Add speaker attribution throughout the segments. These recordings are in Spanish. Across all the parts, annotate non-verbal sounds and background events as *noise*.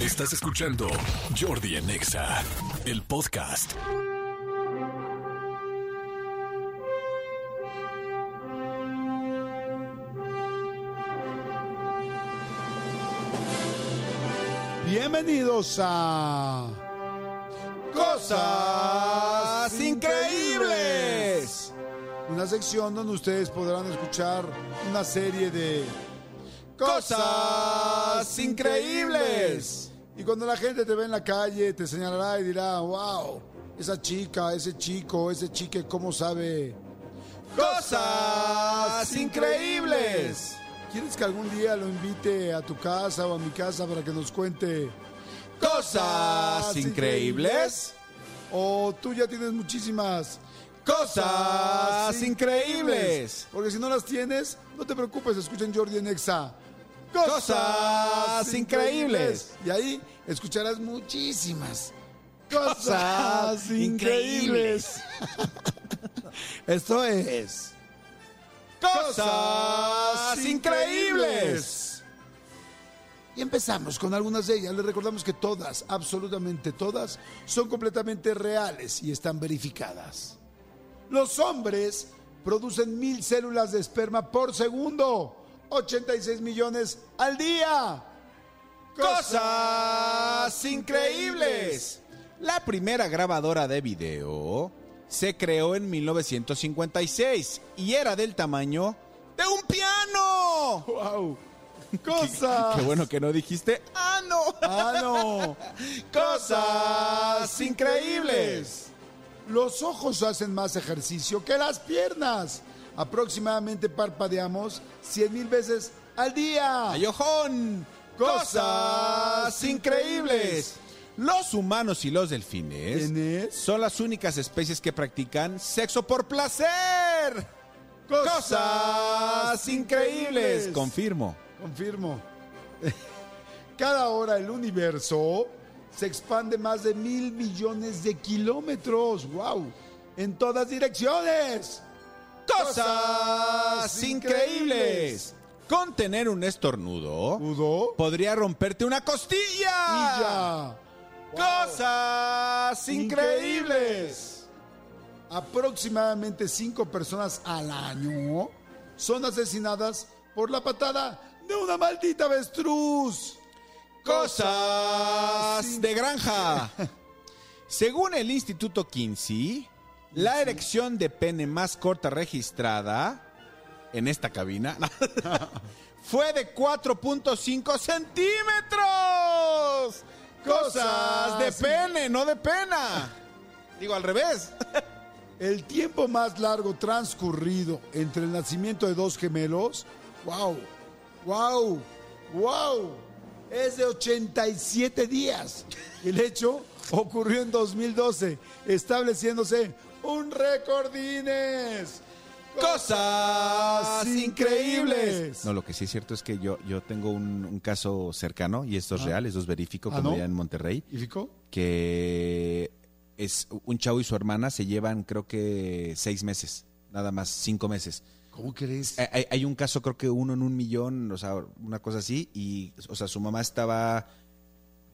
Speaker 1: Estás escuchando Jordi en Exa, el podcast.
Speaker 2: Bienvenidos a
Speaker 3: Cosas increíbles.
Speaker 2: una sección donde ustedes podrán escuchar una serie de
Speaker 3: Cosas increíbles.
Speaker 2: Y cuando la gente te ve en la calle, te señalará y dirá, wow, esa chica, ese chico, ese chique, ¿cómo sabe?
Speaker 3: Cosas increíbles.
Speaker 2: ¿Quieres que algún día lo invite a tu casa o a mi casa para que nos cuente?
Speaker 3: Cosas increíbles.
Speaker 2: ¿O tú ya tienes muchísimas?
Speaker 3: Cosas increíbles.
Speaker 2: Porque si no las tienes, no te preocupes, escuchen Jordi en Exa.
Speaker 3: Cosas increíbles.
Speaker 2: Y ahí escucharás muchísimas
Speaker 3: Cosas *laughs* increíbles.
Speaker 2: Esto es
Speaker 3: Cosas increíbles.
Speaker 2: Y empezamos con algunas de ellas. Les recordamos que todas, absolutamente todas, son completamente reales y están verificadas. Los hombres producen mil células de esperma por segundo, 86 millones al día.
Speaker 3: Cosas increíbles. La primera grabadora de video se creó en 1956 y era del tamaño de un piano. *laughs*
Speaker 2: ¡Wow! ¡Cosas!
Speaker 3: Qué bueno que no dijiste ah no.
Speaker 2: ¡Ah, no!
Speaker 3: Cosas increíbles.
Speaker 2: Los ojos hacen más ejercicio que las piernas. Aproximadamente parpadeamos 100 mil veces al día.
Speaker 3: ¡Ayojón! ¡Cosas increíbles! Los humanos y los delfines
Speaker 2: ¿Quién es?
Speaker 3: son las únicas especies que practican sexo por placer. ¡Cosas increíbles! Confirmo.
Speaker 2: Confirmo. *laughs* Cada hora el universo se expande más de mil millones de kilómetros. ¡Wow! En todas direcciones.
Speaker 3: ¡Cosas increíbles! Con tener un estornudo,
Speaker 2: ¿Pudo?
Speaker 3: podría romperte una
Speaker 2: Y
Speaker 3: costilla.
Speaker 2: ya.
Speaker 3: ¡Cosas increíbles!
Speaker 2: Aproximadamente cinco personas al año son asesinadas por la patada de una maldita avestruz.
Speaker 3: Cosas de granja. Según el Instituto Kinsey, la erección de pene más corta registrada en
Speaker 2: *laughs*
Speaker 3: esta cabina fue de 4.5 centímetros. Cosas de pene, no de pena. Digo al revés.
Speaker 2: El tiempo más largo transcurrido entre el nacimiento de dos gemelos, wow, wow, wow, es de 87 días. El hecho ocurrió en 2012, estableciéndose un récord Guinness.
Speaker 3: Cosas
Speaker 2: increíbles.
Speaker 3: No, lo que sí es cierto es que yo, yo tengo un, un caso cercano y esto es real, esto es verifico,
Speaker 2: Ah,
Speaker 3: como
Speaker 2: ¿no?
Speaker 3: ya en Monterrey.
Speaker 2: ¿Y ficó?
Speaker 3: que es un chavo y su hermana se llevan creo que seis meses, nada más cinco meses. Eh,
Speaker 2: ¿Cómo crees?
Speaker 3: Hay- Hay, hay un caso creo que uno en un millón, o sea, una cosa así, y o sea, su mamá estaba,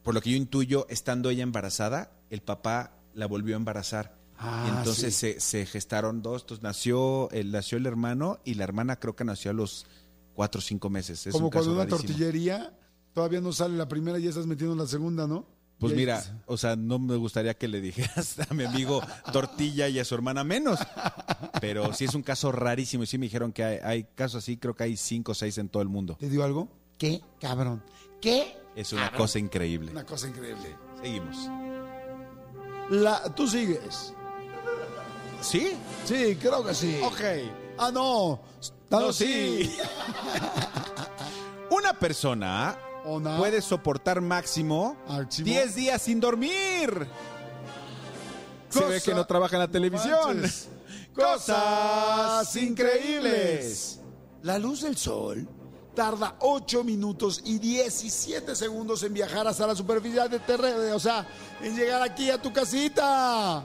Speaker 3: por lo que yo intuyo, estando ella embarazada, el papá la volvió a embarazar.
Speaker 2: Ah,
Speaker 3: Y entonces
Speaker 2: sí.
Speaker 3: se, se gestaron dos, entonces nació, el, nació el hermano y la hermana creo que nació a los cuatro o cinco meses. Es
Speaker 2: Como
Speaker 3: un caso
Speaker 2: cuando una
Speaker 3: rarísimo.
Speaker 2: tortillería todavía no sale la primera y ya estás metiendo la segunda, ¿no?
Speaker 3: Pues
Speaker 2: Y ahí-
Speaker 3: mira, o sea, no me gustaría que le dijeras *laughs* a mi amigo tortilla y a su hermana menos. Pero sí es un caso rarísimo y sí me dijeron que hay, hay casos así, creo que hay cinco o seis en todo el mundo.
Speaker 2: ¿Te dio algo? ¿Qué? Cabrón. ¿Qué?
Speaker 3: Es una cosa increíble.
Speaker 2: Una cosa increíble.
Speaker 3: Seguimos.
Speaker 2: La, Tú sigues.
Speaker 3: ¿Sí?
Speaker 2: Sí, creo que sí.
Speaker 3: Ok.
Speaker 2: Ah, no. Ah,
Speaker 3: No, sí. *laughs* Una persona
Speaker 2: Ona.
Speaker 3: puede soportar máximo
Speaker 2: Máximo.
Speaker 3: 10 días sin dormir. Se ve
Speaker 2: Cosa-
Speaker 3: que no trabaja en la televisión.
Speaker 2: manches.
Speaker 3: Cosas increíbles.
Speaker 2: La luz del sol tarda 8 minutos y 17 segundos en viajar hasta la superficie de terreno, o sea, en llegar aquí a tu casita.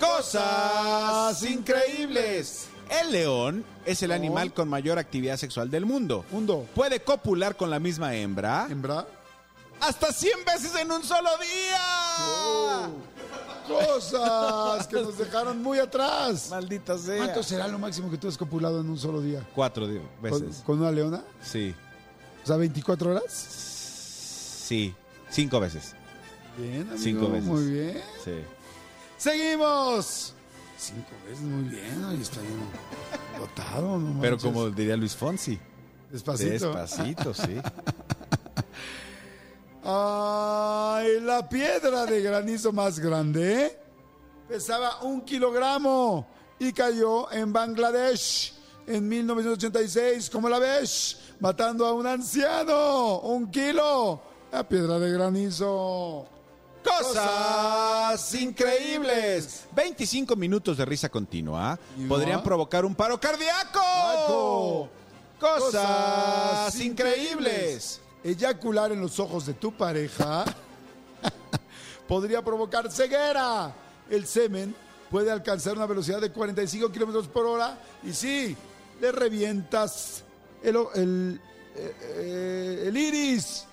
Speaker 3: Cosas increíbles. El león es el animal con mayor actividad sexual del mundo.
Speaker 2: Mundo.
Speaker 3: Puede copular con la misma hembra
Speaker 2: ¿Hembra?
Speaker 3: hasta 100 veces en un solo día.
Speaker 2: Ah. Cosas que nos dejaron muy atrás.
Speaker 3: Maldita sea.
Speaker 2: ¿Cuánto será lo máximo que tú has copulado en un solo día?
Speaker 3: Cuatro di-
Speaker 2: ¿Con,
Speaker 3: veces.
Speaker 2: con una leona?
Speaker 3: Sí.
Speaker 2: O sea, 24 horas.
Speaker 3: Sí. Cinco veces.
Speaker 2: Bien, amigo.
Speaker 3: Cinco veces.
Speaker 2: Muy bien.
Speaker 3: Sí.
Speaker 2: Seguimos. Cinco veces, muy bien. Ahí está bien. Dotado, no
Speaker 3: Pero
Speaker 2: manches.
Speaker 3: como diría Luis Fonsi.
Speaker 2: Despacito.
Speaker 3: Despacito, sí. *laughs*
Speaker 2: Ay, la piedra de granizo más grande pesaba un kilogramo y cayó en Bangladesh en 1986. ¿Cómo la ves? Matando a un anciano. Un kilo. La piedra de granizo.
Speaker 3: Cosas increíbles. 25 minutos de risa continua
Speaker 2: ¿Y
Speaker 3: podrían
Speaker 2: va?
Speaker 3: provocar un paro cardíaco.
Speaker 2: Carajo.
Speaker 3: Cosas increíbles.
Speaker 2: Eyacular en los ojos de tu pareja *laughs* podría provocar ceguera. El semen puede alcanzar una velocidad de 45 kilómetros por hora y sí, le revientas el, o- el, eh, eh, el iris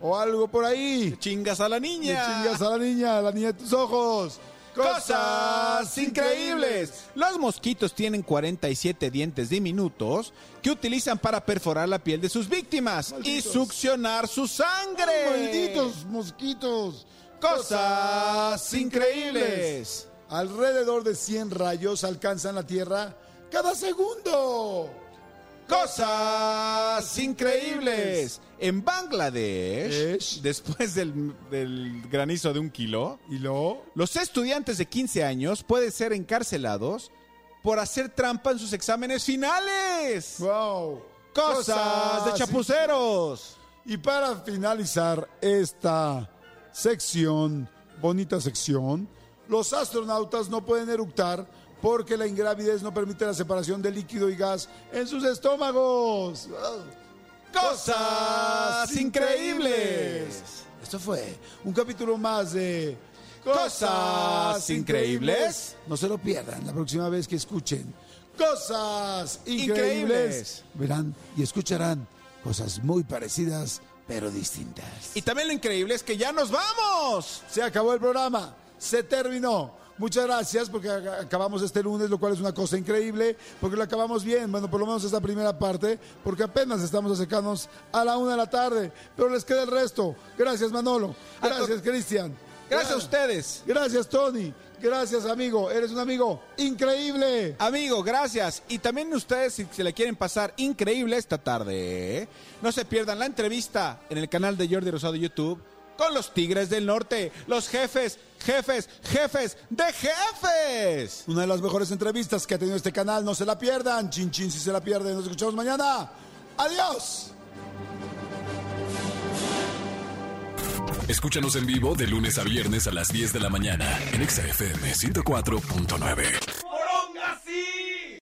Speaker 2: o algo por ahí.
Speaker 3: Chingas a la
Speaker 2: Le
Speaker 3: niña.
Speaker 2: chingas a la niña, a la niña de tus ojos.
Speaker 3: Cosas increíbles. Los mosquitos tienen 47 dientes diminutos que utilizan para perforar la piel de sus víctimas y
Speaker 2: Malditos.
Speaker 3: succionar su sangre.
Speaker 2: Malditos mosquitos.
Speaker 3: Cosas increíbles.
Speaker 2: Alrededor de 100 rayos alcanzan la Tierra cada segundo.
Speaker 3: Cosas increíbles. En Bangladesh,
Speaker 2: Esh.
Speaker 3: después del, del granizo de un kilo,
Speaker 2: ¿Y lo?
Speaker 3: los estudiantes de 15 años pueden ser encarcelados por hacer trampa en sus exámenes finales.
Speaker 2: ¡Wow!
Speaker 3: Cosas de chapuceros.
Speaker 2: Y para finalizar esta sección, bonita sección, los astronautas no pueden eructar porque la ingravidez no permite la separación de líquido y gas en sus estómagos.
Speaker 3: Cosas increíbles.
Speaker 2: Esto fue un capítulo más de
Speaker 3: Cosas increíbles.
Speaker 2: No se lo pierdan la próxima vez que escuchen Cosas increíbles.
Speaker 3: Increíbles.
Speaker 2: Verán y escucharán cosas muy parecidas pero distintas.
Speaker 3: Y también lo increíble es que ya nos vamos.
Speaker 2: Se acabó el programa, se terminó. Muchas gracias porque a- acabamos este lunes, lo cual es una cosa increíble, porque lo acabamos bien, bueno, por lo menos esta primera parte, porque apenas estamos acercándonos a la una de la tarde, pero les queda el resto. Gracias Manolo,
Speaker 3: Al
Speaker 2: gracias Cristian.
Speaker 3: Gracias a ustedes.
Speaker 2: Gracias Tony, gracias amigo, eres un amigo increíble.
Speaker 3: Amigo, gracias. Y también ustedes, si se le quieren pasar increíble esta tarde, ¿eh? no se pierdan la entrevista en el canal de Jordi Rosado de YouTube con los Tigres del Norte, los jefes, jefes, jefes de jefes.
Speaker 2: Una de las mejores entrevistas que ha tenido este canal, no se la pierdan, chin chin si se la pierden, nos escuchamos mañana. Adiós.
Speaker 1: Escúchanos en vivo de lunes a viernes a las 10 de la mañana en Exa FM 104.9.